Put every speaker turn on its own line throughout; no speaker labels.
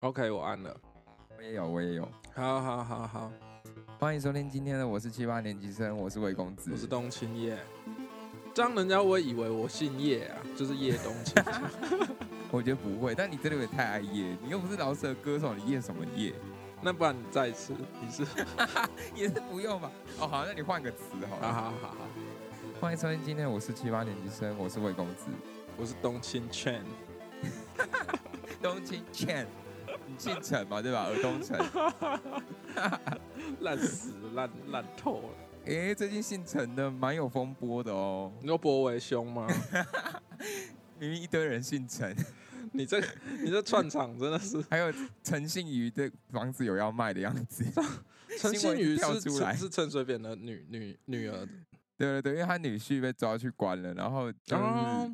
OK，我按了。
我也有，我也有。
好好好好，
欢迎收听今天的我是七八年级生，我是魏公子
我。是冬青叶。这样人家会以为我姓叶啊，就是叶冬青。
我觉得不会，但你真的有点太爱夜，你又不是饶舌歌手，你夜什么夜？
那不然你再一次，你是？
也是不用吧？哦，好，那你换个词好
好
了。
好好好，
欢迎收听今天的我是七八年级生，我是魏公子。
我是冬青 Chen。
东青 Chen，你姓陈嘛对吧？尔 东城。
烂死了烂烂透了。
诶、最近姓陈的蛮有风波的哦，
你说博为兄吗？
明明一堆人姓陈，。
你这你这串场真的是
还有陈信宇的房子有要卖的样 子。
陈
新
信
闻
宇
跳
是
出来
是是陈水扁的女女女儿。
对对对，因为他女婿被抓去关了，然后就是、
哦，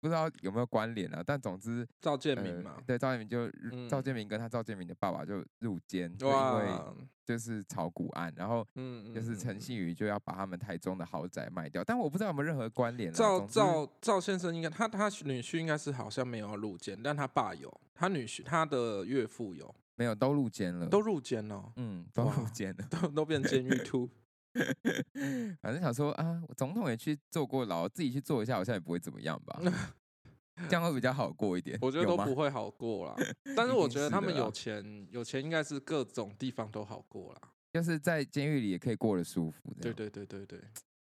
不知道有没有关联啊，但总之
赵建明嘛
呃。对，赵建明就、
嗯
赵建明跟他赵建明的爸爸就入监，就因为
哇，
就是炒股案，然后
嗯
呃就是
嗯
陈信宇就要把他们台中的豪宅卖掉，但我不知道有没有任何关联、啊。
赵
总之
赵赵先生应该他他女婿应该是好像没有入监，但他爸有，他女婿他的岳父有，
没有都入监了，
都入监哦，
嗯都
哇
入 监了，
都都变监 狱兔。
反正想说啊，我总统也去坐过牢，自己去坐一下好像也不会怎么样 吧，这样会比较好过一点。
我觉得都
有吗
不会好过啦。 但是
一定
我觉得
是
他
的
们
啦
有钱，有钱应该是各种地方都好过啦。
就是在监狱里也可以过得舒服。
对，对对对对，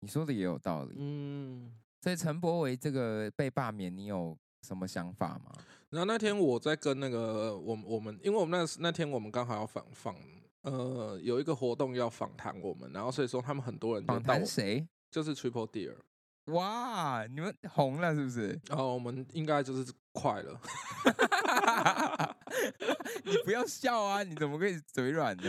你说的也有道理。
嗯。
所以陈柏维这个被罢免，你有什么想法吗？
然后那天我在跟那个我们我们，因为我们那那天我们刚好要访访，呃，有一个活动要访谈我们，然后所以说他们很多人就
访
哦到我
谈谁？
就是 Triple Deer，
哇，你们红了是 不是？
然后我们应该就是快了。
你不要笑啊！你怎么可以嘴软呢？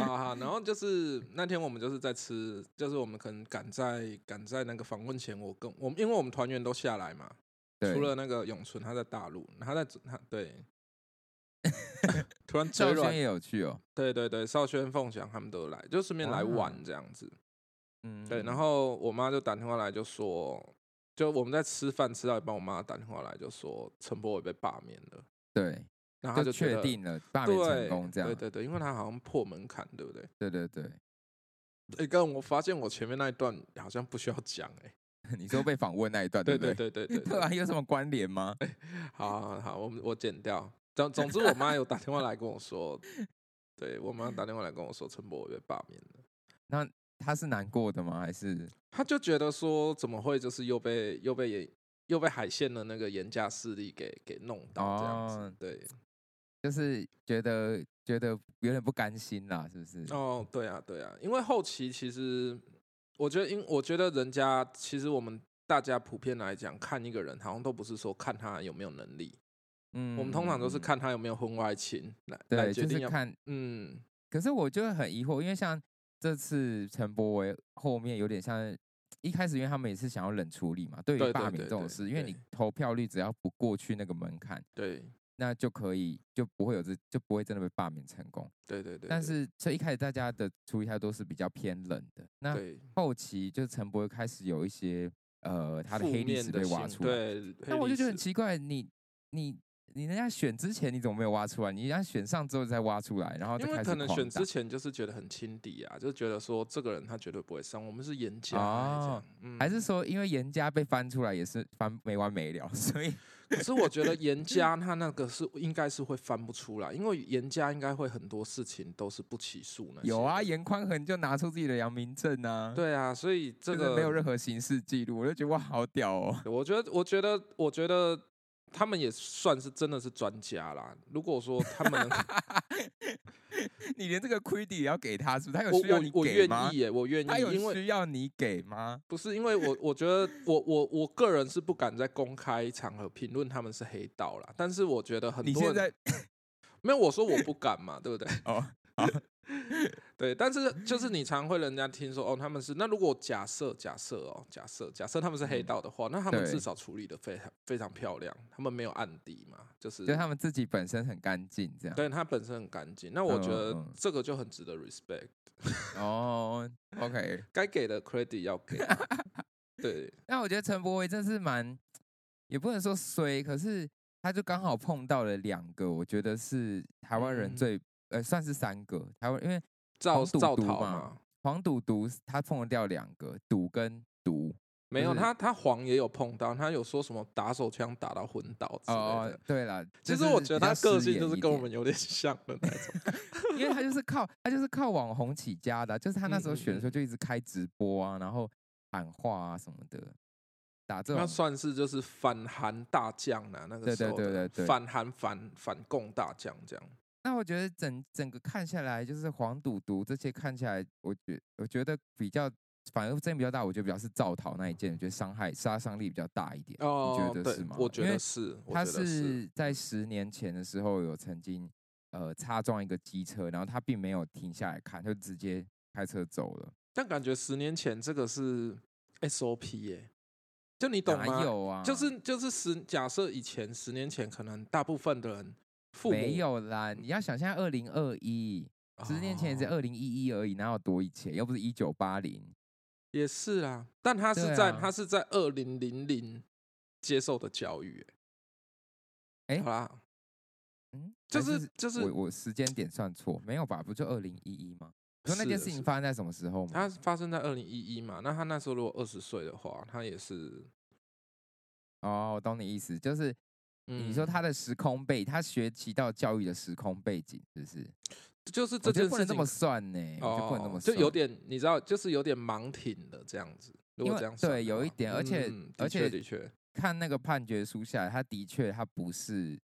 啊哈，然后就是那天我们就是在吃，就是我们可能赶在赶在那个访问前，我跟我们因为我们团员都下来嘛，
对
除了那个永春他在大陆，他在他对， 突然嘴
赵轩
软
也，有去哦，
对对对，少轩、凤翔他们都来，就顺便来
哇
玩这样子。
嗯，
对，然后我妈就打电话来就说，就我们在吃饭吃到一半，我妈打电话来就说陈柏伟被罢免了，
对，
然后她觉
就确
得
定了罢免成
对
功，这样，
对对对，因为他好像破门槛，对不对？
对对对
哎、刚我发现我前面那一段好像不需要讲哎、
你说被访问那一 段，
对
不对
对对对
对啊，有什么关联吗？
好好好，我们我剪掉。总总之，我妈有打电话来跟我 说，对我妈打电话来跟我说，陈柏伟被罢免了。
他是难过的吗？还是
她就觉得说，怎么会就是又被又被严又被海线的那个严家势力给给弄到这样子？
哦
对，
就是觉得觉得有点不甘心啦，是不是？
哦，对啊，对啊，因为后期其实我觉得因，我觉得人家其实我们大家普遍来讲，看一个人好像都不是说看他有没有能力，
嗯
我们通常都是
嗯
看他有没有婚外情来来
对，
决
就
定
是
要
看
嗯
可是我就会很疑惑，因为像这次陈柏维后面有点像一开始，因为他们也是想要冷处理嘛，对
对对
于罢免
对
这种
对
事，因为
对
你投票率只要不过去那个门槛，
对
那就可以就不会有这就不会真的被罢免成功。
对对对，
但
对
是所以一开始大家的处理态度是比较偏冷的，那
对
后期就陈柏维开始有一些呃他的
负
黑历
面
史
的
被挖
新
出来，
对，
那
黑
我就
历
觉得很
史
奇怪，你你。你人家选之前你怎么没有挖出来？你人家选上之后再挖出来，然后再
因
开
为
始
可能
狂
选
打
之前就是觉得很轻敌啊，就觉得说这个人他绝对不会上，我们是严家、这
哦
样，嗯，
还是说，因为严家被翻出来也是翻没完没了， 所以
可是我觉得 严家他那个是应该是会翻不出来，因为严家应该会很多事情都是不起诉那些
有啊，
的
严宽恒就拿出自己的阳明证啊，，
对啊，所以这
就是
个
没有任何刑事记录，我就觉得哇，好屌哦，
我觉得，我觉得，我觉得他们也算是真的是专家啦。如果说他 们能
你连这个 credit 也要给他是不是？他有
我
需要你
我我
给
愿
吗
意？耶，我愿
他有
意，因为
需要你给吗？
不是因为我，我觉得我我我个人是不敢在公开场合评论他们是黑道啦。但是我觉得很
你
多
现
人
在
没有我说我不敢嘛，对不对？
哦，
对，但是就是你常会人家听说哦，他们是那如果假设假设哦，假设假设他们是黑道的话，那他们
嗯对
至少处理的非常非常漂亮，他们没有案底嘛，就是
就他们自己本身很干净这样，
对他本身很干净。那我觉
嗯
得
嗯嗯
这个就很值得 respect，
哦，OK，
该给的 credit 要 给。对，
那我觉得陈柏维真是蛮，也不能说衰，可是他就刚好碰到了两个，我觉得是台湾人
嗯
最、呃算是三个台湾，因为
赵
黄赌
赵
毒
桃
嘛
嘛，
黄赌毒他碰掉两个赌跟毒
没有
就是
他他黄也有碰到，他有说什么打手枪打到昏倒之
哦
类
哦
的。，
对了，
其
就
实
是
我觉得
比较
他个
失
性
言
就是
一
跟我
点
们有点 像的那 种。
因为他就是靠他就是靠网红起家的啊、就是他那时候
嗯嗯
选的时候
嗯
就一直开直播啊，然后喊话啊什么的，打这
那
种
算是就是反韩大将啊，那个
啊对
时
对
候
对
的
对对
反韩反反共大将这样。
那我觉得整整个看下来，就是黄赌毒这些看下来，我觉我觉得比较，反而争议比较大，我觉得比较是造逃那一件，我觉得伤害杀伤力比较大一点，
哦，
你觉得
对
是吗？
我觉
因为
得是，我
他
觉得是
是在十年前的时候有曾经呃擦撞一个机车，然后他并没有停下来看，就直接开车走了，
但感觉十年前这个是 SOP 耶、就你懂
哪
吗？
有啊？
就是就是十假设以前十年前，可能大部分的人父母
没有啦，你要想象二零二一。十年前也是
哦
二零一一而已，哪有多以前？又不是一九八零。
也是啦，但他是
对
在、
啊
他是在二零零零接受的教育、欸，
诶
好啦，
嗯，
就
还
是就是
我我时间点算错，没有吧？不就二零一一吗？你说那
是的
件事情
是啊
发生在什么时候吗？
他发生在二零一一嘛，那他那时候如果二十岁的话，他也是，
哦，我懂你意思，就是
嗯、
你说他的时空背，他学习到教育的时空背景，是不是？
就是这
我
件
觉得不
事
能这
情
么算呢，我就不能这么
哦就
算，
有点你知道，就是有点盲挺的这样子。如
因
果
为
这样算的
对有一
话
点而且
嗯、的
而
确
且
的确，
看那个判决书下来，他的确他不是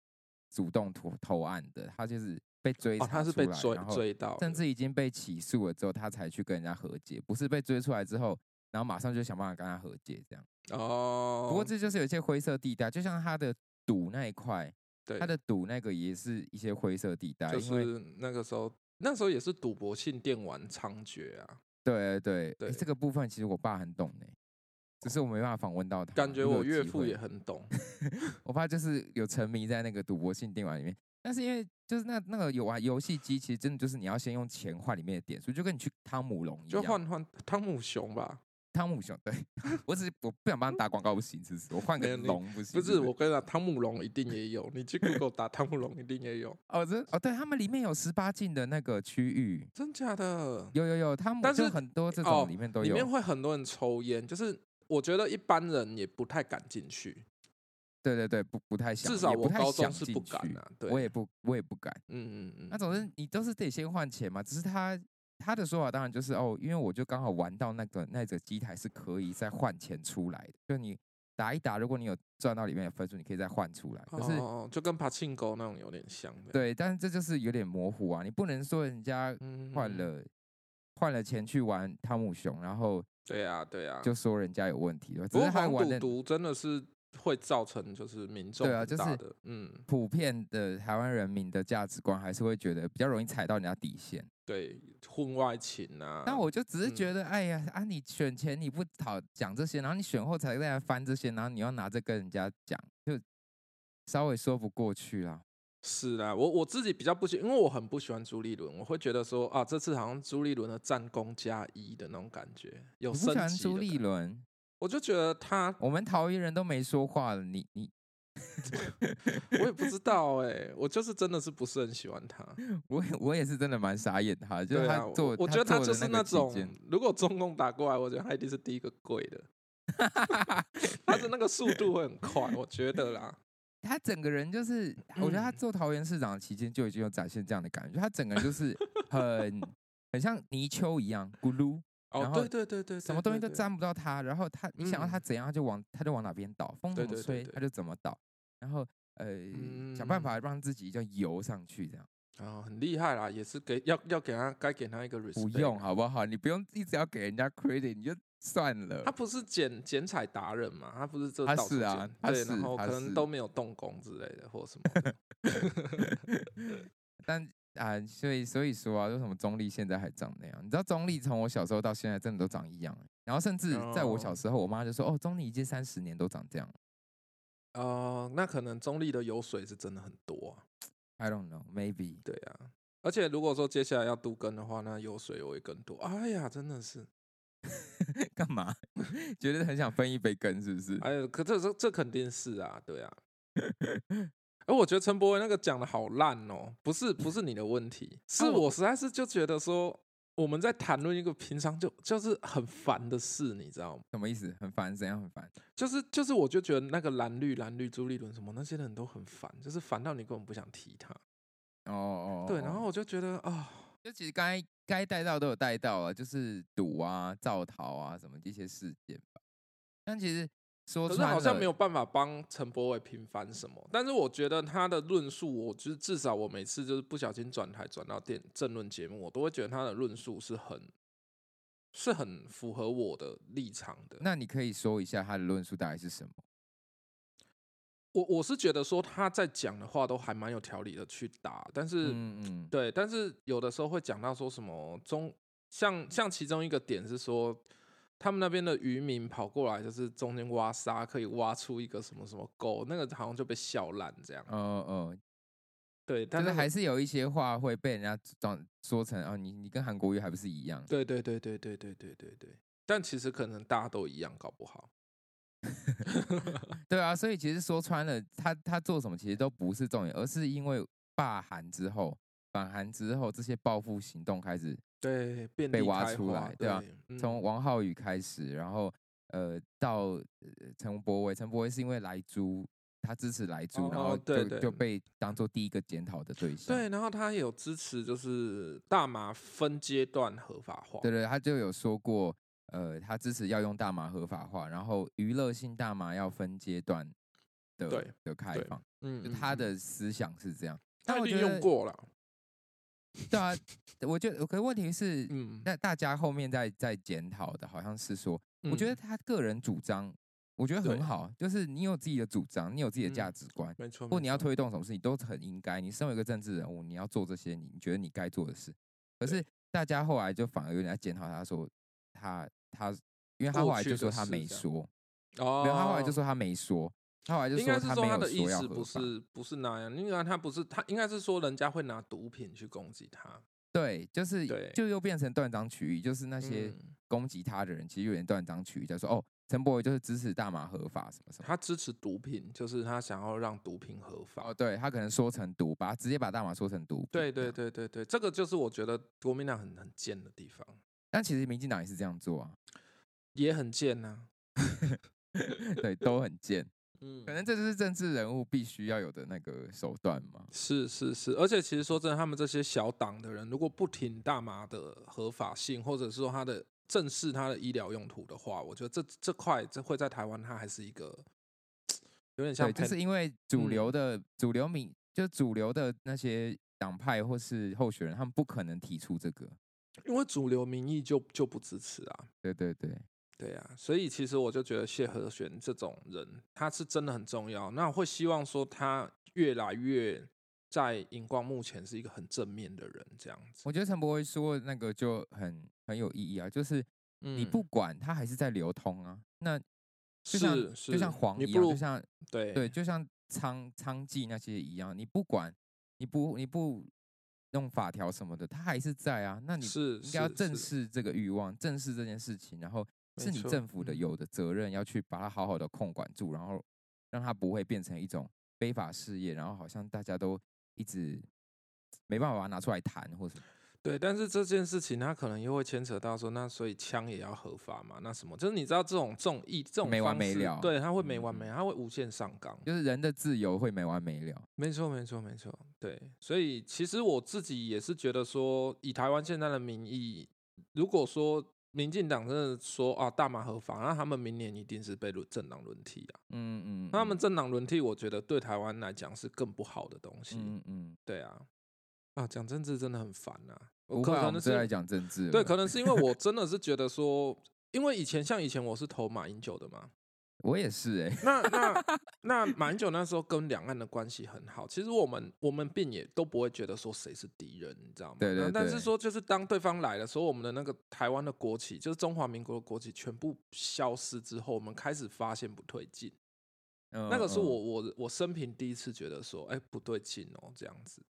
主动投投案的，他就是被追
哦，
查
他是
出
被
来
追
然后
追到的，
甚至已经被起诉了之后，他才去跟人家和解，不是被追出来之后，然后马上就想办法跟他和解这样。
哦，
不过这就是有一些灰色地带，就像他的赌那一块，
对
他的赌那个也是一些灰色地带，
就
因为
是那个时候，那时候也是赌博性电玩猖獗啊，
对对对、
对哦
诶这个部分其实我爸很懂呢、只是我没办法访问到他。
感觉
如果
我
有
岳
机
父
会
也，很懂。
我爸就是有沉迷在那个赌博性电玩里面，但是因为就是那那个有玩游戏机，其实真的就是你要先用钱换里面的点数，就跟你去汤姆龙一
就
样，
换换汤姆熊吧，
汤姆熊。对 我只是我不想帮他打广告不行，是不是？我换
没有
个
你
龙不行？
不是
我。
我跟你讲，汤姆龙一定也有，你去 Google 打汤姆龙一定也有，
哦，这哦，对他们里面有十八禁的那个区域，
真假的？
有有有，他们
但
就是很多这
哦
种里面都
里
有。
面会很多人抽烟，就是我觉得一般人也不太敢进去，
对对对，不不太想，
至少
也
我
不太
高
想
中是
进
不敢
去
啊，对，
我也不我也不敢。
嗯嗯嗯，
那总之你都是得先换钱嘛，只是他他的说法当然就是哦，因为我就刚好玩到那个那个机台是可以再换钱出来的，就你打一打，如果你有赚到里面的分数，你可以再换出来。可是、
哦，就跟爬庆狗那种有点像的。，
对，但是这就是有点模糊啊，你不能说人家
嗯
换。了、换了钱去玩汤姆熊，然后。
对啊，对啊。
就说人家有问题，只
不
是
过
他
黄
玩
赌
的
毒真的是会造成就是民众
对啊
很
就是
大的嗯，
普遍的台湾人民的价值观，还是会觉得比较容易踩到人家底线。
对婚外情啊。
那我就只是
嗯
觉得，哎呀，啊，你选前你不讨讲这些，然后你选后才再来翻这些，然后你要拿着跟人家讲，就稍微说不过去啦。
是啊，我我自己比较不喜，因为我很不喜欢朱立伦，我会觉得说啊，这次好像朱立伦的战功加一的那种感觉，有
你不
升
喜欢
级。
朱立，伦，
我就觉得他，
我们桃园人都没说话了，你你
我也不知道哎、我就是真的是不是很喜欢他。
我也我也是真的蛮傻眼他， 就是
对
他
啊，我
做，
我觉得
他
他
做
就
的
是
那个期
种
间，
如果中共打过来，我觉得他一定是第一个跪 的。他的那个速度会很快，我觉得啦。
他整个人就是，我觉得他
嗯
做桃园市长的期间就已经有展现这样的感觉，他整个人就是很很像泥鳅一样咕噜，
哦
然，后
对对对对，
什么
对
东西都
对
沾不到他，然后他你想要他
嗯
怎样他就往他就往哪边倒，风
对
怎么
对对
吹
对
他就怎么倒，然后呃想
嗯
办法让自己就游上去这样，
啊，很厉害啦，也是给要要给他该给他一个 respect。
不用，好不好？你不用一直要给人家 credit，你就算 了
他。不是剪剪彩达人嘛？他不是这
他
到处
是啊
剪
他
对，
是
然后
他
可能
是
都没有动工之类的，或什么 的
但啊、所以所以说啊，为什么中立现在还长那样？你知道中立从我小时候到现在真的都长一样、欸，然后甚至在我小
哦
时候，我妈就说：“哦，中立已经三十年都长这样。
哦，那可能中立的油水是真的很多啊。
”I don't know, maybe。
对啊，而且如果说接下来要都更的话，那油水我会更多。哎呀，真的是，
干嘛？觉得很想分一杯羹是不是？
啊 哎呀，可这这这肯定是啊，对啊。而我觉得陈柏惟那个讲的好烂哦，不是不是你的问 题，
啊
是我实在是就觉得说我们在谈论一个平常就就是很烦的事，你知道吗？
什么意思？很烦，怎样很烦？
就是就是，我就觉得那个蓝绿蓝绿朱立伦什么那些人都很烦，就是烦到你根本不想提他。
哦哦，
对，然
哦
后我就觉得啊、
就其实刚才该带到都有带到了，就是赌啊、造逃啊什么这些事件吧。但其实说
可
穿
是好像
了
没有办法帮陈柏伟平反什么。但是我觉得他的论述，我就是至少我每次就是不小心转台转到电政论节目，我都会觉得他的论述是很是很符合我的立场的。
那你可以说一下他的论述大概是什么？
我我是觉得说他在讲的话都还蛮有条理的去打，但是、
嗯嗯，
对，但是有的时候会讲到说什么中，像像其中一个点是说，他们那边的渔民跑过来，就是中间挖沙可以挖出一个什么什么沟，那个好像就被笑烂这样。
哦哦，
对，
就
但
是
是
还是有一些话会被人家当说成哦，你你跟韩国瑜还不是一样？
对对对对对对对对对，但其实可能大家都一样，搞不好。
对啊，所以其实说穿了，他他做什么其实都不是重点，而是因为罢韩之后、反韩之后，这些报复行动开始，
对，遍
被
地
挖
开
出
花
来对啊
嗯
从王浩宇开始，然后呃到呃陈柏伟，陈柏伟是因为莱猪，他支持莱猪，然
哦
后就
对对
就被当做第一个检讨的对象。
对，然后他也有支持就是大麻分阶段合法化。
对对，他就有说过，呃，他支持要用大麻合法化，然后娱乐性大麻要分阶段的
对
的开
对
放，
嗯，
就
嗯
他
嗯
的思想是这样。但
他
我
一定
觉得
用过了。
对啊，我觉得可问题是，
嗯，
那大家后面在在检讨的，好像是说，我觉
嗯
得他个人主张，我觉得很
对
好，就是你有自己的主张，你有自己的价
嗯
值观，
没错，
或
没
你要
错
推动什么事情都很应该。你身为一个政治人物，你要做这些你你觉得你该做的事。可
对
是大家后来就反而有点在检讨他说他他，因为他
过
后来
去
就
的
说他
事
没
这样
说，
哦，
没有，他后来就说他没说，他后来就
应该
说
是
他
说
没
他
有
的意
说要
思
合
不
法。
是不是那样，应该他不是他，应该是说人家会拿毒品去攻击他。
对，就是
对
就又变成断章取义，就是那些
嗯
攻击他的人其实有点断章取义，在说哦，陈柏伟就是支持大麻合法什么什么。
他支持毒品，就是他想要让毒品合法。
哦，对他可能说成毒，把他直接把大麻说成毒品。
对
这
对
样。
对对对，这个就是我觉得国民党很很贱的地方，
但其实民进党也是这样做啊，
也很贱呐、
对，都很 贱。
嗯，
可能这就是政治人物必须要有的那个手段嘛。
是是是，而且其实说真的，他们这些小党的人，如果不挺大麻的合法性，或者是说它的正视它的医疗用途的话，我觉得这这块这会在台湾它还是一个有点像嗯
对，就
pen-
是因为主流的、主流民，就主流的那些党派或是候选人，他们不可能提出这个。
因为主流民意就就不支持啊，
对对对，
对啊，所以其实我就觉得谢和弦这种人，他是真的很重要。那我会希望说他越来越在荧光幕前是一个很正面的人，这样子。
我觉得陈柏惟说的那个就很很有意义啊，就是
嗯
你不管它还是在流通啊。那就是像
是，
就像黄
你
一
不
样，
如
就像
对
对，就像娼娼妓那些一样，你不管你不你不弄法条什么的，它还是在啊。那你
是
应该要
是
正
是
视这个欲望，正视这件事情，然后
没
是你
错
政府的
嗯
有的责任要去把它好好的控管住，然后让它不会变成一种非法事业，然后好像大家都一直没办法把它拿出来谈或什么。
对，但是这件事情它可能又会牵扯到说，那所以枪也要合法嘛？那什么，就是你知道这种这种意这种
没完
方
没
式
了
对，它会没完
嗯
没，它会无限上纲。
就是人的自由会没完没了。
没错，没错，没错，对，所以其实我自己也是觉得说，以台湾现在的民意，如果说民进党真的说啊大麻合法，那他们明年一定是被轮政党轮替啊。
嗯嗯，
那他们
嗯
政党轮替，我觉得对台湾来讲是更不好的东西。
嗯嗯，
对啊，啊，讲政治真的很烦呐、啊。我
不
可
会啊，我
可
们
能
是来
是
讲政治了。
对，可能是因为我真的是觉得说，因为以前像以前我是投马英九的嘛，
我也是哎、
那那那马英九那时候跟两岸的关系很好，其实我们我们并也都不会觉得说谁是敌人，你知道吗？
对对
那但是
对
说就是当对方来的时候，我们的那个台湾的国旗，就是中华民国的国旗全部消失之后，我们开始发现不对劲。
嗯
那个是
嗯
我我我生平第一次觉得说，哎、不对劲哦，这样子。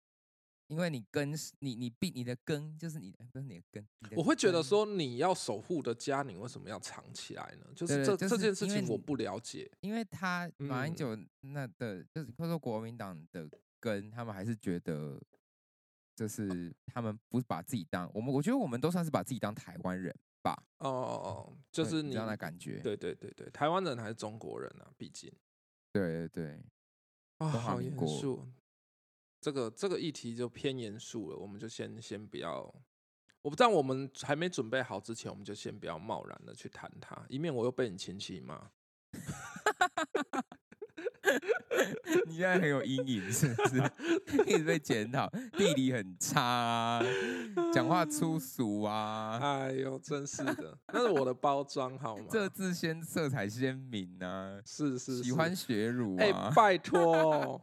因为你根是你你必你的根就是你的不是你的根，你的
我会觉得
根
说，你要守护的家，你为什么要藏起来呢？就是
对
这、
就
这
是
件事
因为
情我
你
不了解。
因为他马英
嗯
九那的，就是或者说国民党的根，他们还是觉得，就是他们不是把自己当我们，我觉得我们都算是把自己当台湾人，
哦哦哦，就
对
是
你
你
这样的感觉，
对对对对，台湾人还是中国人啊，毕竟
对对对，
啊，
中华
好
民
严
国
肃。这个这个议题就偏严肃了，我们就先先不要。我不但我们还没准备好之前，我们就先不要贸然的去谈它，以免我又被你亲戚
啊
骂。
你现在很有阴影是不是？一直被检讨，地理很差、啊，讲话粗俗 啊，
哎呦，真是的，那是我的包装好吗？
这字先色彩鲜明啊，
是是
喜
是
欢学儒
哎、
啊，
拜 托。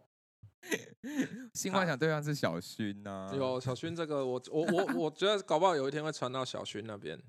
性幻想对象是小薰啊，
有小薰这个我，我我我觉得搞不好有一天会传到小薰那边。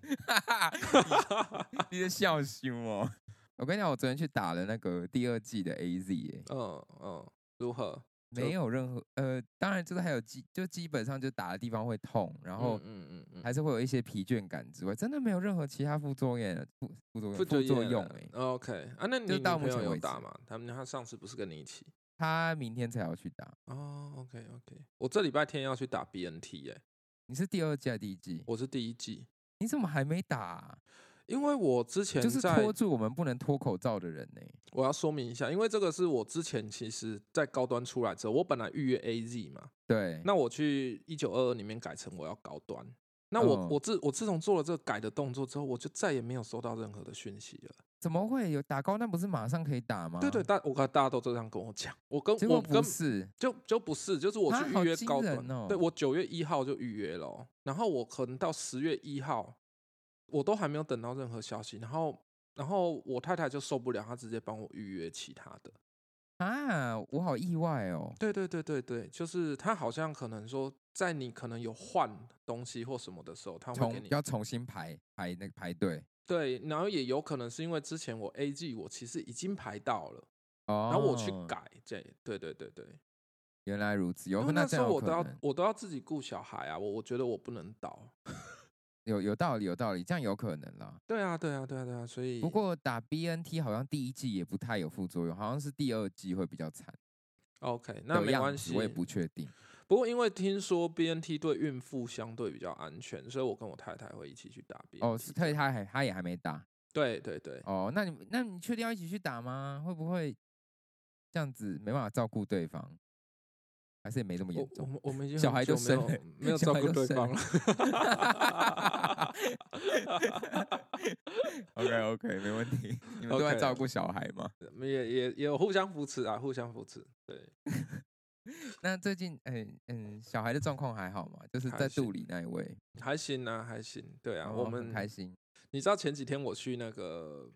你的笑羞哦！我跟你讲，我昨天去打了那个第二季的 AZ，、欸、
嗯嗯，如何？就
没有任何呃，当然就是还有基，就基本上就打的地方会痛，然后
嗯嗯嗯嗯，
还是会有一些疲倦感之外，真的没有任何其他副作用了，副副作用
副
副作
业
用
了
哎、欸，
OK 啊，那你
就
女
到
朋
目前
友有
为止
打吗？他们他上次不是跟你一起？
他明天才要去打。
哦，OK OK，我这礼拜天要去打 BNT 耶、
你是第二季还是第一季？
我是第一季，
你怎么还没打啊、
因为我之前
就是
在
拖住我们不能脱口罩的人呢、欸。
我要说明一下，因为这个是我之前其实在高端出来之后，我本来预约 AZ 嘛，
对，
那我去一九二二里面改成我要高端。那我、
哦
我自我自从做了这个改的动作之后，我就再也没有收到任何的讯息了。
怎么会有打高？那不是马上可以打吗？
对对，，大我看大家都这样跟我讲，我跟
啊结
我
果不
跟
是。
就就不是，就是我
啊
去
好
预约
惊
高端，
人哦
对我九月一号就预约了哦，然后我可能到十月一号，我都还没有等到任何消息，然后然后我太太就受不了，她直接帮我预约其他的。
啊，我好意外哦！
对对对对对，就是她好像可能说，在你可能有换东西或什么的时候，她会给
重
你
要重新排排那个排队
对，然后也有可能是因为之前我 A G 我其实已经排到了，
哦。
然后我去，改，这对对对对，
原来如此，有
因为
那
那
这
时
样
候
有
我
可
都要
能
我都要自己顾小孩啊，我我觉得我不能倒。
有有道理，有道理，这样有可能啦。
对啊，对啊，对啊，对啊，所以
不过打 BNT 好像第一季也不太有副作用，好像是第二季会比较惨。
OK，那
的
没
样
关
子
系。
我也不确定。
不过因为听说 BNT 对孕妇相对比较安全，所以我跟我太太会一起去打 BNT。
哦，是，特他还他也还没打。
对对对，
哦，那你那你确定要一起去打吗？会不会这样子没办法照顾对方？还是也没那么严
我我
重？
们我们已经
小
很
孩
久
都
没
生
有
了
没有
小
照
孩
顾
都
对
生
方
了
了。
OK OK，没问题。你们都在
OK
照顾小孩吗？
也 也也有互相扶持啊，互相扶持。对，
那最近，嗯嗯，小孩的状况还好吗？就是
还
在
行
肚里那一位，
还行啊，还行。对啊，
然
我
后哦很
们
开心。
你知道前几天我去那个，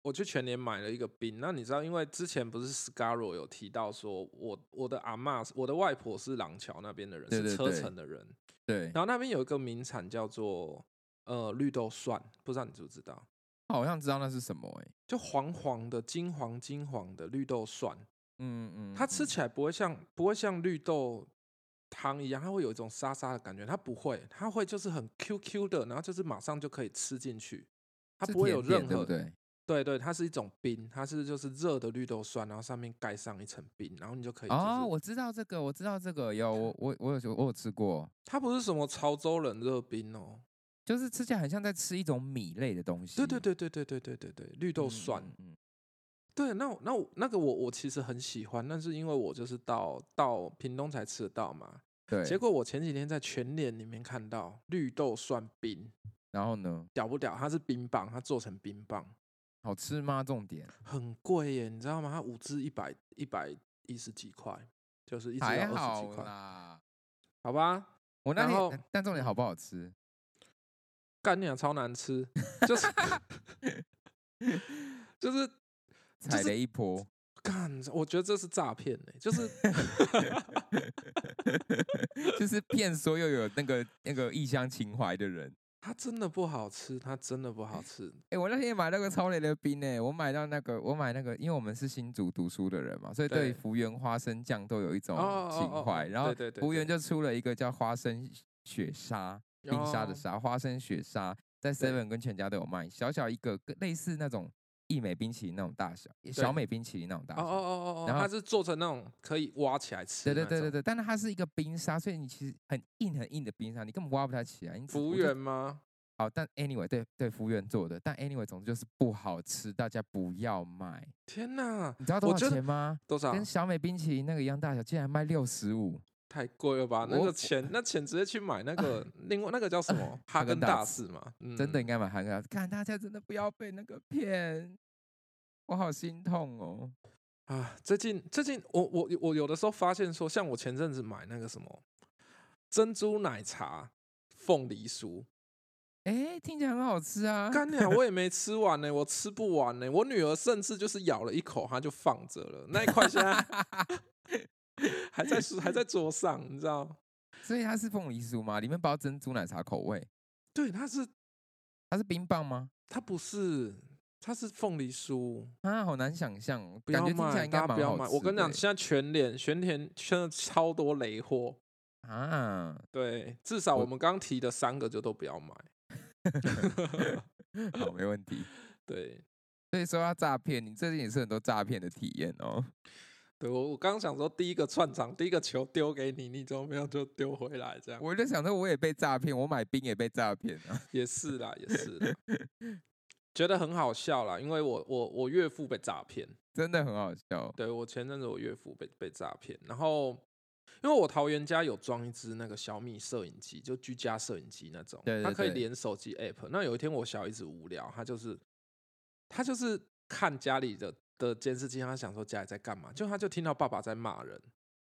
我去全年买了一个冰。那你知道，因为之前不是 Scaro 有提到说，我我的阿嬷，我的外婆是廊桥那边的人，
对对
是车
对
城的人。
对，
然后那边有一个名产叫做呃绿豆蒜，不知道你知不知道？
好像知道那是什么哎、欸。
就黄黄的、金黄金黄的绿豆蒜，
嗯嗯，
它吃
嗯
起来不会像不会像绿豆汤一样，它会有一种沙沙的感觉。它不会，它会就是很 Q Q 的，然后就是马上就可以吃进去，它
是
不会有
甜点
任
对
何
不对？
对对，它是一种冰，它是就是热的绿豆蒜，然后上面盖上一层冰，然后你就可以、就是。
哦，我知道这个，我知道这个，有我我我有我有吃过，
它不是什么潮州冷热冰哦。
就是吃起来很像在吃一种米类的东西。
对对对对对对对对对，绿豆
嗯
蒜。
嗯嗯
对，那我那我那个我我其实很喜欢，但是因为我就是到到屏东才吃得到嘛。
对。
结果我前几天在全联里面看到绿豆蒜冰，
然后呢？
屌不屌？它是冰棒，它做成冰棒，
好吃吗？重点
很贵耶，你知道吗？它五支一百一百一十几块，就是一支
还
要二十
好
几块，
啦。
好吧？
我那
然后
天，但重点好不好吃？
干你娘超难吃，就是就是就
踩
是
雷 一波，
干，我觉得这是诈骗嘞，就是
就是骗所有有那个那个异乡情怀的人。
它真的不好吃，它真的不好吃。
哎、我那天也买那个超雷的冰诶、我买到那个，我买那个，因为我们是新竹读书的人嘛，所以对
对
福源花生酱都有一种
哦哦哦
情
哦
怀。然后
对对对
福
对
源就出了一个叫花生雪沙，冰沙的
哦
沙，花生雪沙，
对
在 Seven 跟全家都有卖，小小一个，跟类似那种一美冰淇淋那种大小，小美冰淇淋那种大
哦哦
小。
哦哦，
然
哦
后
它是做成那种可以挖起来吃
对
那
对
种。
对对对，但是它是一个冰沙，所以你其实很硬很硬的冰沙，你根本挖不太起来。你只
服务
我就
员吗？
好，但 anyway，对对，服务员做的，但 anyway，总之就是不好吃，大家不要买。
天哪，
你知道多
我
少
觉得啊
钱吗？
多少？
跟小美冰淇淋那个一样大小，竟然卖六十五，
太贵了吧？那
我
个钱，那钱直接去买那 个另外那个叫什么哈
根
根
达
达
斯
斯嘛？嗯
真的应该买韩国。看大家真的不要被那个骗，我好心痛哦。
啊，最近最近我我我有的时候发现说，像我前阵子买那个什么珍珠奶茶凤梨酥，
哎，听起来很好吃啊。
干娘我也没吃完呢、我吃不完呢、我女儿甚至就是咬了一口，她就放着了，那一块现 在还在还在桌上，你知道？
所以它是凤梨酥吗？里面包珍珠奶茶口味，
对，它是
它是冰棒吗？
它不是它是凤梨酥，
啊，好难想象哦，
不
感
要
觉听起来
买，
应该
大家
蛮
不要
好
买。
吃。欸
我跟你讲，现在全脸全脸现在超多雷货，
啊，
对，至少我
我
们刚提的三个就都不要买。
好，没问题。
对，
所以说到诈骗，你最近也是很多诈骗的体验哦。
对我我刚想说，第一个串场，第一个球丢给你，你怎么没有就丢回来？这样
我就想说，我也被诈骗，我买冰也被诈骗啊。
也是啦，也是啦，觉得很好笑啦，因为我我我岳父被诈骗，
真的很好笑。
对我前阵子我岳父被被诈骗，然后因为我桃园家有装一支那个小米摄影机，就居家摄影机那种，
对对
它可以
对
连手机 app。那有一天我小姨子无聊，她就是她就是看家里的的监视器，她想说家里在干嘛，就她就听到爸爸在骂人。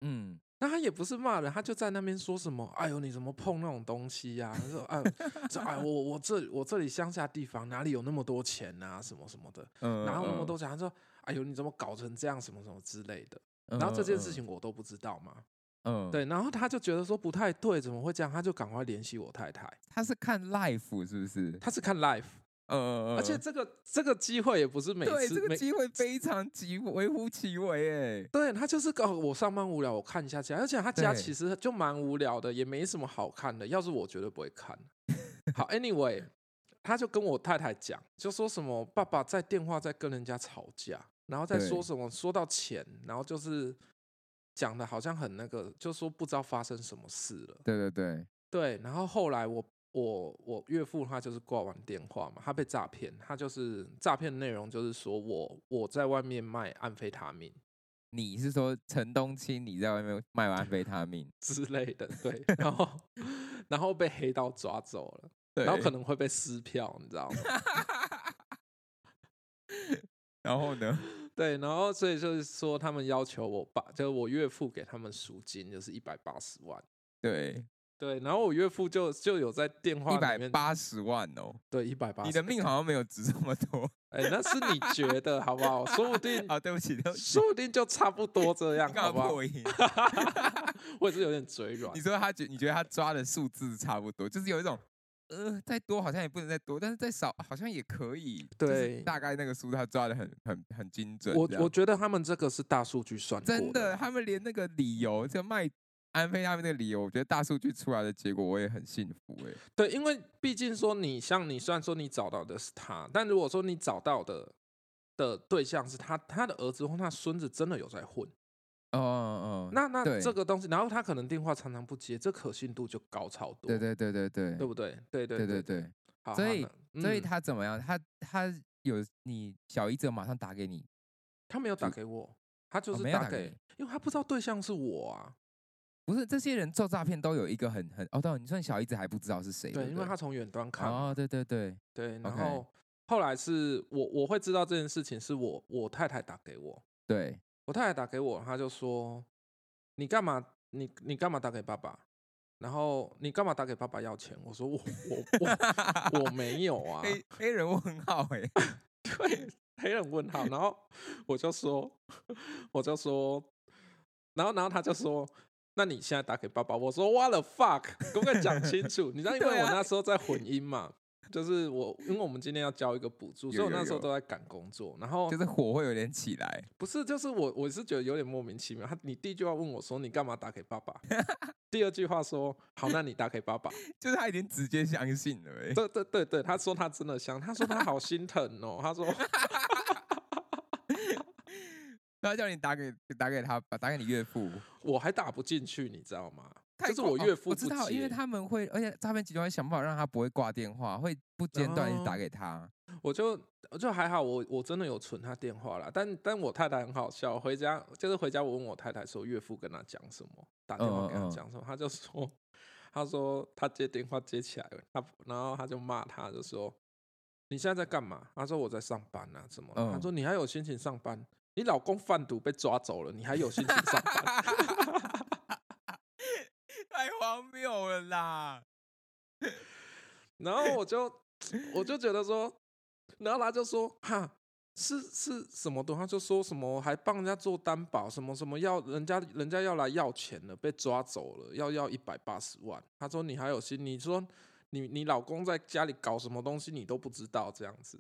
嗯，
那他也不是骂人，他就在那边说什么：“哎呦，你怎么碰那种东西呀、他说：“哎，这哎，我我这我这里乡下地方哪里有那么多钱啊，什么什么的，
嗯
哪有那么
嗯
多钱？”他说：“哎呦，你怎么搞成这样，什么什么之类的。”
嗯
然后这件事，情我都不知道嘛，
嗯，嗯，
对，然后他就觉得说不太对，怎么会这样？他就赶快联系我太太，
他是看 life 是 不是？
他是看 live，
嗯嗯嗯，
而且这个这个机会也不是每
对
次
这个
每
机会非常极微乎其微哎。
对他就是搞我上班无聊，我看一下家，而且他家
对
其实就蛮无聊的，也没什么好看的。要是我绝对不会看。好，anyway，他就跟我太太讲，就说什么爸爸在电话在跟人家吵架，然后再
对
说什么说到钱，然后就是讲的好像很那个，就说不知道发生什么事了。
对对对，
对，然后后来我我我岳父他就是挂完电话嘛，他被诈骗，他就是诈骗内容就是说我我在外面卖安非他命。
你是说陈冬青你在外面卖完安非他命，
之类的，对，然后然后被黑道抓走了，
对
然后可能会被撕票，你知道吗？
然后 呢？
对，然后所以就是说，他们要求我爸，就是我岳父给他们赎金，就是一百八十万。
对，
对，然后我岳父就就有在电话
一百
里面，
八十万哦，
对，一百八，
你的命好像没有值这么多
哎，那是你觉得好不好？说不定，
啊！对不起，对不起，
说不定就差不多这 样，啊好
刚
不
好
好？
破音。
我也是有点嘴软
你，说他觉你觉得他抓的数字差不多，就是有一种呃，再多好像也不能再多，但是再少好像也可以。就是
对
大概那个数他抓的很很很精准。
我
这样
我觉得他们这个是大数据算过
真的，
的，
他们连那个理由，就卖安非他命的理由，我觉得大数据出来的结果，我也很幸福哎、
对，因为毕竟说你像你，虽然说你找到的是他，但如果说你找到的的对象是他，他的儿子或他孙子真的有在混，
哦哦，
那那
对
这个东西，然后他可能电话常常不接，这可信度就高超多，
对对对对对
对不对？对对
对
对
对，对，
好，
所
好
以
那
所以
嗯
他怎么样？他他有你小姨子有马上打给你，
他没有打给我，他就
哦
是
没有打给
给
你，
因为他不知道对象是我啊，
不是这些人做诈骗都有一个很很哦，对，你说你小姨子还不知道是谁，对
对，
不
因为
对
他从远端看嘛，
哦，对对对，
对，然
OK
后后来是我我会知道这件事情是我我太太打给我，
对，
我太太打给我，她就说：“你干嘛？你你干嘛打给爸爸？然后你干嘛打给爸爸要钱？”我说：“我我 我 我没有啊。
黑黑人问号 哎、欸，”
对，黑人问号。 然后我就说，我就说，然后然后他就说：“那你现在打给爸爸，我说 What the fuck，可不可以讲清楚？你知 道，因为
对啊
我那时候在混音嘛，就是我，因为我们今天要交一个补助，
有
所以我
有
那时候
有
都在赶工作。然后
就是火会有点起来，
不是，就是我，我是觉得有点莫名其妙。他你第一句话问我说你干嘛打给爸 爸，第二句话说好，那你打给爸爸。
就是他已经直接相信了、欸，
对对对对，他说他真的想，他说他好心疼哦，他说
他叫你打给打给他，打给你岳父，
我还打不进去，你知道吗？
太
就是
夸
我
哦
岳父
我
不
知道，因为
接
他们会，而且诈骗集团会想办法让他不会挂电话，会不间断一直打
哦
给他。
我就我就还好，我我真的有存他电话啦，但但我太太很好笑，回家就是回家我问我太太说岳父跟她讲什么，打电话
嗯
跟她
嗯
讲什么，她就说她说她接电话接起来了，她然后她就骂他，就说你现在在干嘛？她说我在上班啊，怎么了？她
嗯
说你还有心情上班？你老公贩毒被抓走了，你还有心情上班？
太荒谬了啦！
然后我就我就觉得说，然后他就说哈。是是什么的？他就说什么还帮人家做担保，什么什么要人家人家要来要钱了，被抓走了，要要一百八十万。他说你还有心？你说你你老公在家里搞什么东西你都不知道这样子？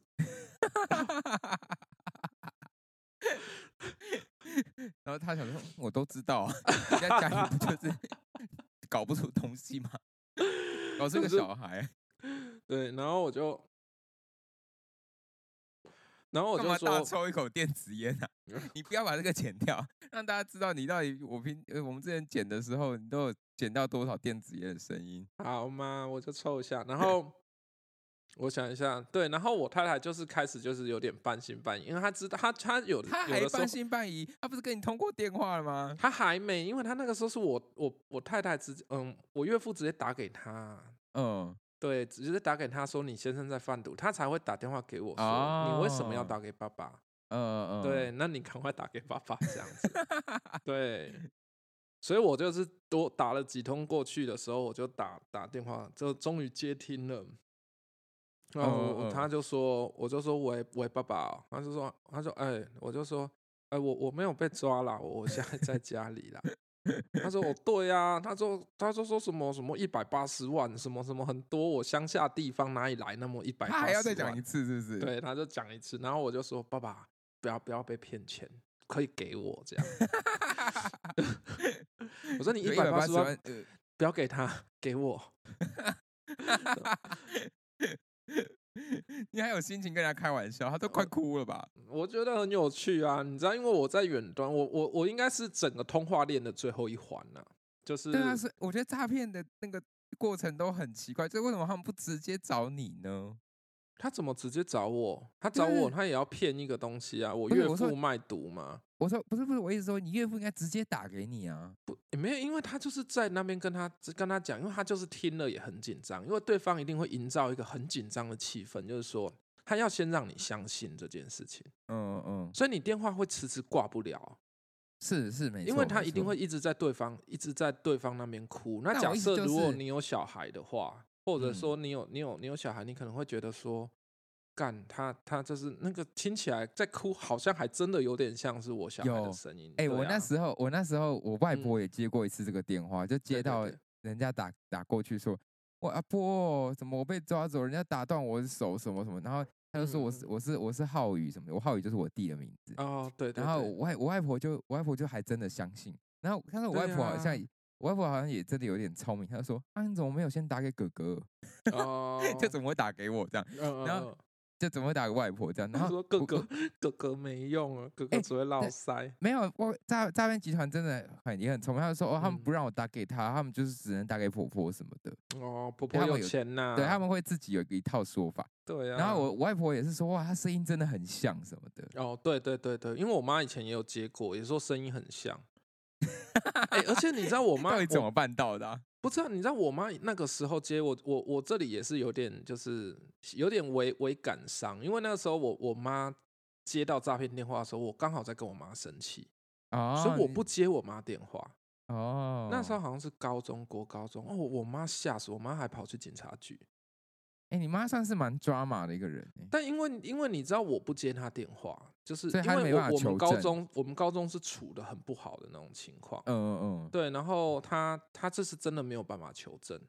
然后他想说，嗯我都知道啊，你在家里不就是 搞不出东西吗？搞出
就
个
是
小孩，
对，然后我就，然后我
干嘛
就
大
说，
抽一口电子烟啊？ 你不要把这个剪掉，让大家知道你到底我平呃我们之前剪的时候，你都有剪到多少电子烟的声音？
好嘛，我就凑一下，然后我想一下，对，然后我太太就是开始就是有点半信半疑，因为她知道她她有
他
有
还
的时候
半信半疑，他不是跟你通过电话了吗？
她还没，因为她那个时候是我我我太太直接嗯，我岳父直接打给她，
嗯，
对，直接打给她说你先生在贩毒，她才会打电话给我说、你为什么要
哦
打给爸爸？
嗯嗯，
对，，那你赶快打给爸爸这样 子。对，所以我就是多打了几通过去的时候，我就打打电话，就终于接听了。然后我
嗯嗯
他就说，我就说喂喂爸爸哦、他就说他说哎、我就说哎、我我没有被抓啦，我我现在在家里啦。他说哦对啊，他说他说说什么什么一百八十万什么什么很多，我乡下地方哪里来那么一百？
他还要再讲一次，是不是？，
对，他就讲一次，然后我就说：“爸爸，不要不要被骗钱，可以给我这 样。” 我说：“你一百八
八
十
十
万
万，呃
不要给他，给我。
你还有心情跟人家开玩笑？他都快哭了吧？”
我觉得很有趣啊，你知道，因为我在远端，我我我应该是整个通话链的最后一环呐、就是
对啊，是我觉得诈骗的那个过程都很奇怪，就是为什么他们不直接找你呢？
他怎么直接找我？他找我，
对
他也要骗一个东西啊！我
不是
岳
我说
父卖毒嘛，
我说不是不是，我意思说你岳父应该直接打给你啊。
也没有，因为他就是在那边跟他跟他讲，因为他就是听了也很紧张，因为对方一定会营造一个很紧张的气氛，就是说他要先让你相信这件事情，
嗯嗯，
所以你电话会迟迟挂不了，
是是没错，
因为他
没
一定
错
会一直在对方一直在对方那边哭。那
但
假
我意思
设
就
如果
是
你有小孩的话，或者
嗯
说你有你有你有小孩，你可能会觉得说。干他，他就是那个听起来在哭，好像还真的有点像是我小孩的
有
声音。
哎、
对
我
啊
那时候，我那时候，我外
嗯
婆也接过一次这个电话，就
对
接
对
到
对
人家打打过去说，我阿婆怎么我被抓走，人家打断我的手什么什么，然后他就说我是、
嗯
我是我是浩宇什么的，我浩宇就是我弟的名字，
哦，对对
然后
对
我外我外婆就我外婆就还真的相信，然后但是我外
对
婆好像
啊
也、我外婆好像也真的有点聪明，她就说啊你怎么没有先打给哥哥，，
哦
就怎么会打给 我这样，
嗯
然
嗯
后
嗯
就怎么会打给外 婆这样，然
他
后
说哥
我
哥哥哥没用啊，哥哥
哎
只会落
但
腮。
没有，我诈诈骗集团真的很也很聪明。他就说哦，他们不
嗯
让我打给他，他们就是只能打给婆婆什么的。
哦，婆
他
婆有
们有
钱呐、
对，他们会自己有一套说法。
对啊。
然后我我外婆也是说，哇，她声音真的很像什么的。
哦，对对对对，因为我妈以前也有接过，也说声音很 像。哎、而且你知道我妈
到底怎
我
么办到的啊、
不知道？你知道我妈那个时候接我，我我这里也是有点就是有点为为感伤，因为那个时候我我妈接到诈骗电话的时候，我刚好在跟我妈生气，
哦，
所以我
你
不接我妈电话。
哦，
那时候，好像是高中、国高中哦，我妈吓死，我妈还跑去警察局。
哎、你妈算是蛮抓马的一个人、欸。
但因为因为你知道我不接她电话，就是
所以
因
他
为
没办
我
法
我
求
们高
证
中我们高中是处的很不好的那种情况，
嗯嗯嗯，
对，然后他他这是真的没有办法求证，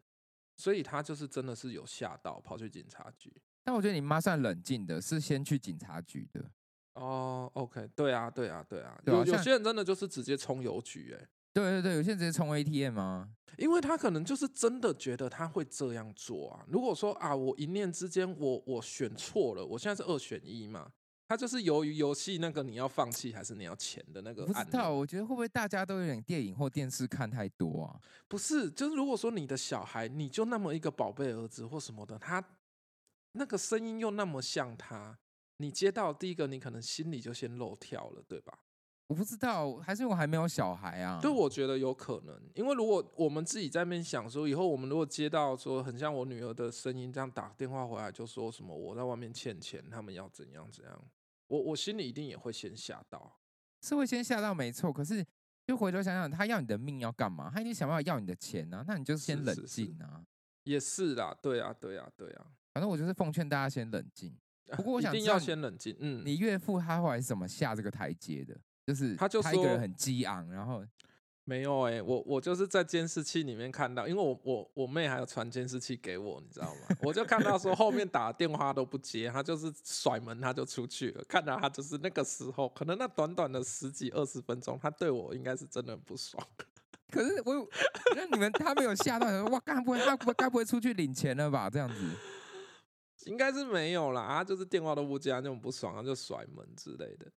所以他就是真的是有吓到，跑去警察局。
但我觉得你妈算冷静的，是先去警察局的。
哦，OK，对啊，对啊，对啊，
对啊
有有
像
些人真的就是直接冲邮局、欸，
对对对，有些人直接冲 ATM 啊，
因为他可能就是真的觉得他会这样做啊。如果说啊，我一念之间我我选错了，我现在是二选一嘛，他就是由于游戏那个你要放弃还是你要钱的那个
不知
按钮
道，我觉得会不会大家都有点电影或电视看太多啊？
不是，就是如果说你的小孩，你就那么一个宝贝儿子或什么的，他那个声音又那么像他，你接到第一个，你可能心里就先漏跳了，对吧？
我不知道，还是因为我还没有小孩啊？
对，我觉得有可能，因为如果我们自己在那边想说，以后我们如果接到说很像我女儿的声音，这样打电话回来就说什么我在外面欠钱，他们要怎样怎样，我我心里一定也会先吓到。
是会先吓到没错，可是就回头想想，他要你的命要干嘛？他一定想办法要你的钱啊，那你就是先
是
冷
是
静啊。
也是啦，对啊，对啊，对啊。
反正我就是奉劝大家先冷静。不过我
一
想
定
知道
要
你
先冷静。嗯，
你岳父他后来是怎么下这个台阶的？就是
他就
他一个人
说
很激昂，然后
没有哎、我我就是在监视器里面看到，因为我我我妹还有传监视器给我，你知道吗？我就看到说后面打电话都不接，她就是甩门，她就出去了。看到她就是那个时候，可能那短短的十几二十分钟，她对我应该是真的很不爽。
可是我有那你们他没有吓到，想说哇，该不会他不该不会出去领钱了吧？这样子，
应该是没有啦，她就是电话都不接，她就很不爽，她就甩门之类的，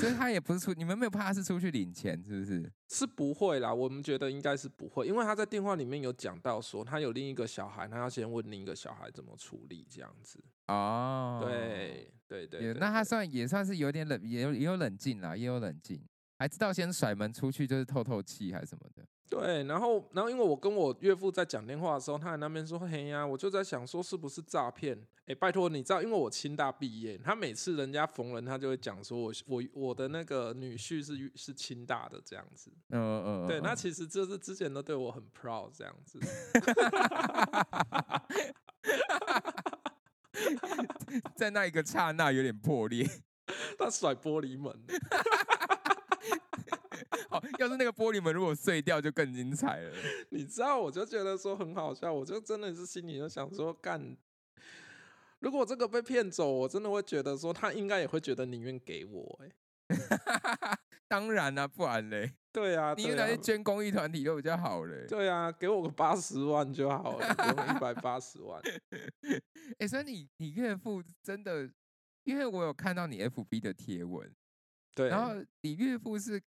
所以他也不是出，你们没有怕他是出去领钱，是不是？
是不会啦。我们觉得应该是不会，因为她在电话里面有讲到说，她有另一个小孩，她要先问另一个小孩怎么处理这样子。
哦，
对对对
也
对
那他
对
算也算是有点冷，也有也有冷静啦，也有冷静，还知道先甩门出去就是透透气还是什么的。
对，然后，然后，因为我跟我岳父在讲电话的时候，他在那边说：“嘿呀、我就在想说是不是诈骗？”哎，拜托，你知道，因为我清大毕业，他每次人家逢人，他就会讲说我我我的那个女婿是是清大的这样子。
嗯嗯，嗯
对，那
嗯
其实就是之前都对我很 proud 这样子。
在那一个刹那有点破裂。
他甩玻璃门，
哦，要是那个玻璃门如果碎掉，就更精彩了。
你知道，我就觉得说很好笑，我就真的是心里就想说干。如果这个被骗走，我真的会觉得说他应该也会觉得宁愿给我、欸。
当然啦、不然 嘞，
对啊，
你
对
用拿
啊
去捐公益团体都比较好嘞。
对啊，给我个八十万就好了，给我一百八十万。
哎、所以你你岳父真的，因为我有看到你 FB 的贴文，
对，
然后你岳父是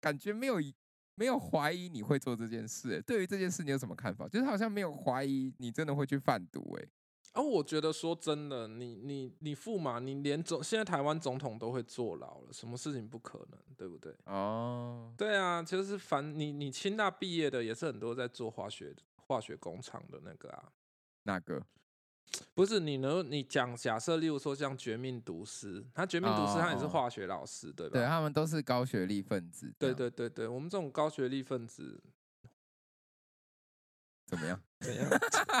感觉没有疑没有怀疑你会做这件事欸、对于这件事你有什么看法？就是好像没有怀疑你真的会去贩毒、欸，
啊，我觉得说真的，你你你驸马，你连总现在台湾总统都会坐牢了，什么事情不可能，对不对？
哦，
对啊，就是凡你你清大毕业的也是很多在做化学化学工厂的那个啊，
那个？
不是你能你讲假设，例如说像《绝命毒师》，他《绝命毒师》他也是
哦
化学老师，对吧？
对啊他们都是高学历分子，这
对
样
对对对，我们这种高学历分子
怎么样？
怎样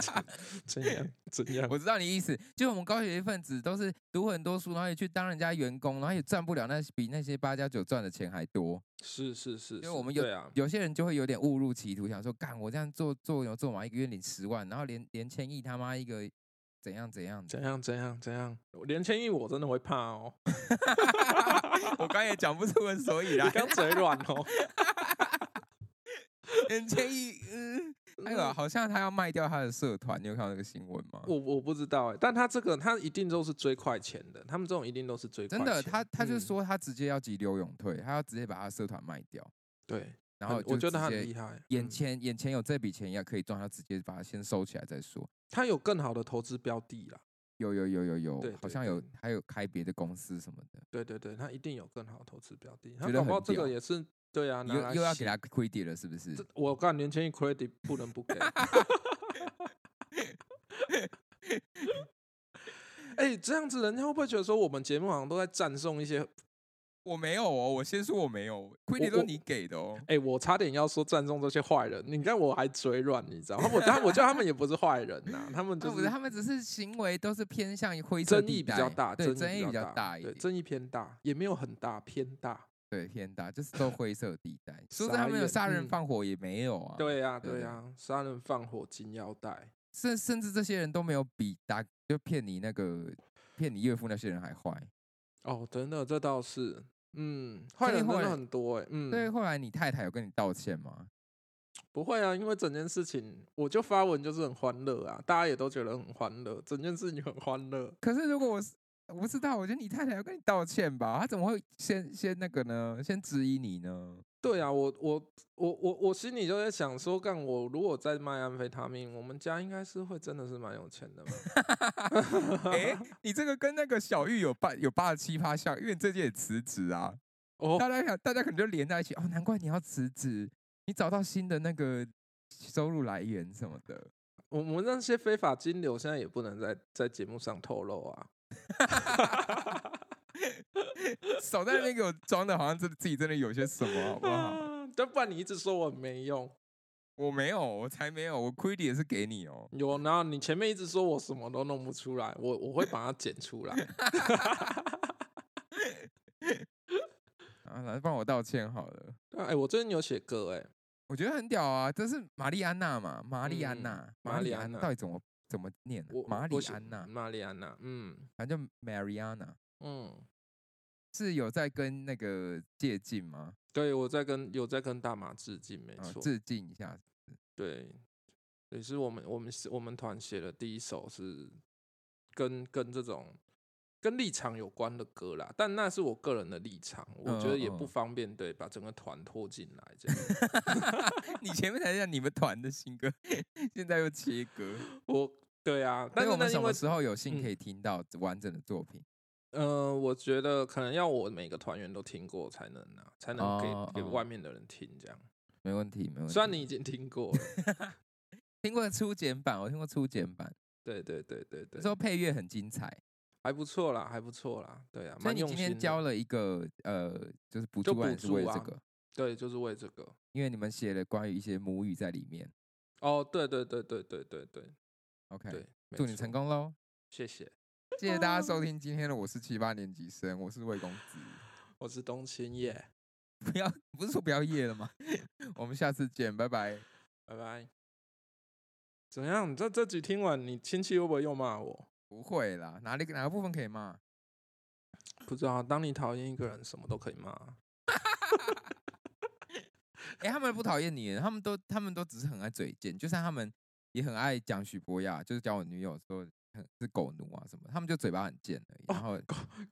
怎样怎样？
我知道你意思，就我们高学历分子都是读很多书，然后也去当人家员工，然后也赚不了那比那些八加九赚的钱还多。
是是是，
因为
是
我们
对啊，
有些人就会有点误入歧途，想说干我这样做做牛做马，一个月领十万，然后连连千亿他妈一个怎样怎样的。
怎样怎样怎样？我连千亿我真的会怕哦，
我刚也讲不出个所以
你
来，
刚嘴软哦。
连千亿，嗯， 哎呦，
嗯
好像他要卖掉他的社团，你有看到那个新闻吗？
我我不知道哎、但他这个他一定都是追快钱的，他们这种一定都是追快
真
钱。
的，他他就
嗯
说他直接要急流勇退，他要直接把他社团卖掉，
对，
然后
很我觉
就
得
直
他
接
很厉害，
眼
嗯
前眼前有这笔钱也可以赚，他直接把它先收起来再说。
他有更好的投资标的啦。
有有有有
对
有，好
对
像有
对
还有开别的公司什么的，
对对对，他一定有更好的投资标的。他
觉得
搞不好
很
这个
屌
也是对啊，
你
拿来
又又要
洗
给他 credit 了，是不是
这。我干连千亿 credit 不能 不给。 哎、这样子人家会不会觉得说我们节目好像都在赞颂一些
我没有哦，我先说我没有，Queenie 都是你给的 哦。
哎、我差点要说赞颂这些坏人，你看我还嘴软，你知道吗？我但我觉得他们也不是坏人呐、他们
那
就
不是，
是
他们只是行为都是偏向于灰色
争
地
议比
带，
较大，
对，
争
议比较
大，
一
对，
点，啊
争议偏大，也没有很大，偏大。
对偏大，就是都灰色地带。说是
傻
他们有
眼
杀人
嗯
放火也没有啊，
对呀、
对
对
对
呀、杀人放火金腰带，
甚甚至这些人都没有比打就骗你那个骗你岳父那些人还坏。
哦，真的，这倒是，嗯，坏
所以
人
后
真的
来
很多哎、嗯，
对，后来你太太有跟你道歉吗？
不会啊，因为整件事情我就发文就是很欢乐啊，大家也都觉得很欢乐，整件事情很欢乐。
可是如果我是我不知道，我觉得你太太要跟你道歉吧，她怎么会先先那个呢？先质疑你呢？
对啊，我我我我我心里就在想说，干我如果在卖安非他命，我们家应该是会真的是蛮有钱 的嘛。
哎、你这个跟那个小玉有八有八十七趴像，因为你最近也辞职啊，
哦，
大家想大家可能就连在一起哦，难怪你要辞职，你找到新的那个收入来源什么的。
我我们那些非法金流现在也不能在在节目上透露啊。
少在那边给我装的，好像真的自己真的有些什么，好 不好？
啊，但不然你一直说我没用，
我没有，我才没有，我亏的也是给你哦。
有，然后你前面一直说我什么都弄不出来，我我会把它剪出来。
啊，来帮我道歉好了。
哎、我最近有写歌哎、
我觉得很屌啊，这是玛丽安娜嘛，玛丽安
嗯
娜，
玛
玛
丽
丽
安
安娜
娜
到底怎么怎么念啊
我？
玛
我
丽
写
安娜，
玛丽安娜，嗯
反正 Mariana
嗯，
是有在跟那个借镜吗？
对我在跟有在跟大马致敬，没
啊
错，
致敬一下。
对，也是我们我们我们团写的第一首是跟跟这种跟立场有关的歌啦，但那是我个人的立场，我觉得也
嗯嗯
不
嗯
方便对把整个团拖进来这样。
你前面才讲你们团的新歌， 现在又切歌。
我对啊， 但
所以
是
我
那
们
因
什
为
么时候有幸
嗯
可以听到完整的作品？
呃，我觉得可能要我每个团员都听过才能啊，才能给、
哦
给
哦
外面的人听这样。
没问题，没问题。
虽然你已经听 过了，
听过初剪版，我听过初剪版，
对对对对对，
说配乐很精彩。
还不错啦，还不错啦，对啊，
所以
蛮
你
用
今
心的
天。交了一个呃，就是补
就
助案
补
也是为
助
了这
啊
个，
对，就是为这个。
因为你们写了关于一些母语在里面。
哦，对对对对对对对
OK，
对，没
祝你成
错，嗯
功喽！
谢谢。
谢谢大家收听今天的我是七八年级生，我是魏公子。
我是冬青叶，
不要，不是说不要夜了吗？ 我们下次见，拜拜。
拜拜。怎样？这这集听完，你亲戚会不会又骂我？
不会啦，哪里哪个部分可以骂？
不知道。当你讨厌一个人，什么都可以骂。
哎、他们不讨厌你，他们都他们都只是很爱嘴贱，就像他们也很爱讲许博雅，就是讲我女友说很是狗奴啊什么，他们就嘴巴很贱而已，然后
哦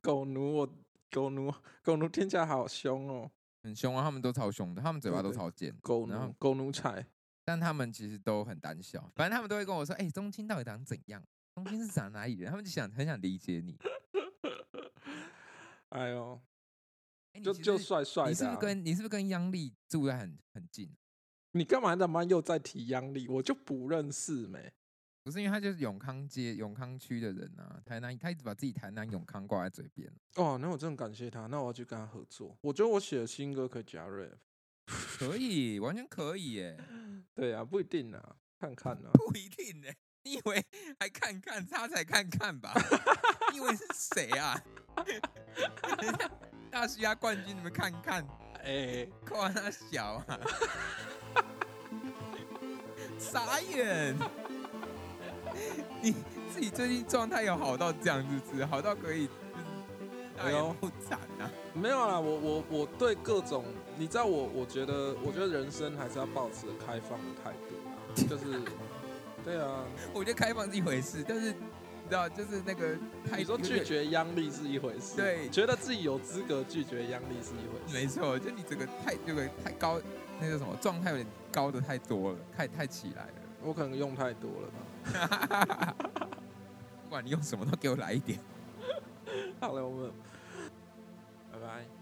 狗奴，我狗奴，狗奴听起来好凶哦。
很凶啊，他们都超凶的，他们嘴
对
巴都
对
超贱，
狗
然后
奴，狗奴才。
但他们其实都很胆小，反正他们都会跟我说：“哎、宗亲到底长怎样？宗亲是长哪里人？”他们就想很想理解你。
哎呦，
哎你
就
其实
就帅帅的啊、
你是不是跟你是不是跟央丽住在很很近？
你干嘛他妈又在提央丽？我就不认识没。
不是因为他就是永康街永康区的人啊，台南他一直把自己台南永康挂在嘴边。
哦，那我真的感谢他，那我要去跟他合作。我觉得我写的新歌可以加 rap。
可以，完全可以耶，
对啊，不一定啊，看看啊。
不一定呢。 你以为还看看他才看看吧？你以为是谁啊？ 大西亚冠军，你们看看，
哎、
夸他小啊，傻眼！你自己最近状态有好到这样，是不是？好到可以，
哎
哎
呦
呦，不惨啊！
没有啦，我我我对各种，你知道我，我觉得，我觉得人生还是要保持开放的态度啊，就是， 对啊，
我觉得开放是一回事，但是你知道，就是那个太
你说
有
拒
点
绝央丽是一回事，
对
觉得自己有资格拒绝央丽是一回
没
事，
错，就你这个太这个太高，那个什么状态有点高的太多了，太太起来了。
我可能用太多了吧。
不管你用什么都给我来一点。
好了，我们拜拜。